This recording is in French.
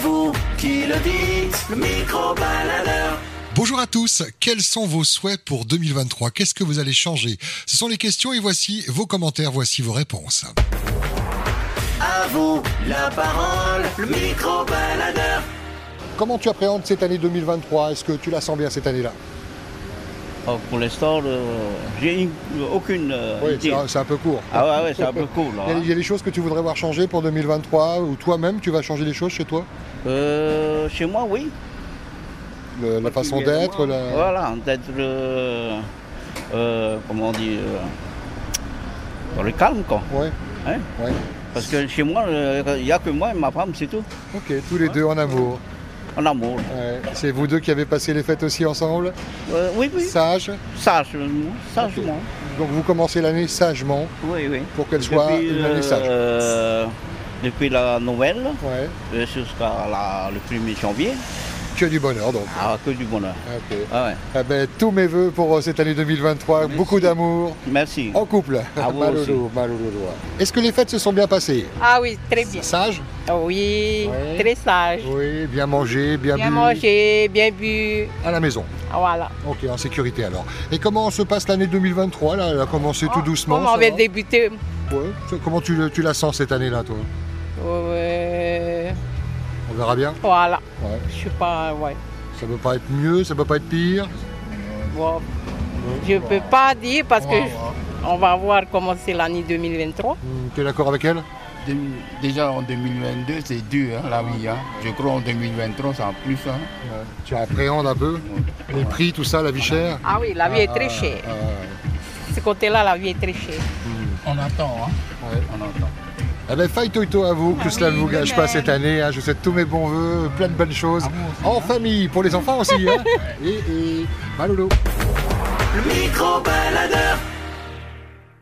vous qui le dites, le micro-baladeur. Bonjour à tous, quels sont vos souhaits pour 2023 Qu'est-ce que vous allez changer Ce sont les questions et voici vos commentaires, voici vos réponses. À vous la parole, le micro-baladeur. Comment tu appréhendes cette année 2023 Est-ce que tu la sens bien cette année-là Oh, pour l'instant, euh, j'ai une- aucune euh, Oui, idée. c'est un- c'est un peu court. Ah ouais, ouais, c'est un peu cool. là, Il y, a, hein. il y a des choses que tu voudrais voir changer pour 2023 ou toi-même tu vas changer des choses chez toi Euh, chez moi, oui. Le- La façon d'être, la- Voilà, d'être, euh, euh, comment on dit, euh, dans le calme, quoi. Ouais, hein. ouais. Parce que chez moi, euh, il n'y a que moi et ma femme, c'est tout. Ok, tous les deux en amour. En amour. Ouais. C'est vous deux qui avez passé les fêtes aussi ensemble Euh, oui, oui, Sage. sage, euh, sagement. Donc vous commencez l'année sagement Oui, oui. pour qu'elle soit une année sage. euh, depuis la nouvelle Ouais. euh, jusqu'à la- le 1er janvier, Que du bonheur donc. ah, que du bonheur. Ok. Ah ouais, Eh ben, tous mes voeux pour euh, cette année 2023. Beaucoup d'amour. merci. En couple. À vous mal au aussi. dos, mal au dos. Est-ce que les fêtes se sont bien passées Ah oui, très bien. Sage Oui, Ouais. très sage. Oui, bien mangé, bien, Bien bu. mangé, bien bu. Ah, À la maison. Voilà. Ok, en sécurité alors. Et comment se passe l'année 2023 là Elle a commencé tout doucement. Ah, Comment ça on va va débuter Ouais. Ça, Comment tu, le- tu la sens cette année-là, toi Euh, On verra bien. Voilà. Ouais. Je suis pas. Ouais. Ça peut pas être mieux, ça peut pas être pire. Bon. Je peux pas dire parce On que va voir. je- on va voir comment c'est l'année 2023. Hum, T'es d'accord avec elle Dé- Déjà en 2022, c'est dur hein, la vie. hein. Je crois en 2023, c'est en plus. hein. Tu appréhendes un peu les prix, tout ça, la vie chère. Ah oui, la vie est très chère. Ah, ouais. Ce côté-là, la vie est très chère. On attend. hein. Ouais. On attend. Eh ben, faille toi à vous, que cela ne vous gâche pas cette année. hein. Je vous souhaite tous mes bons voeux, plein de bonnes choses. en famille, pour les enfants aussi. hein. et, et... Malolo. Le micro-baladeur.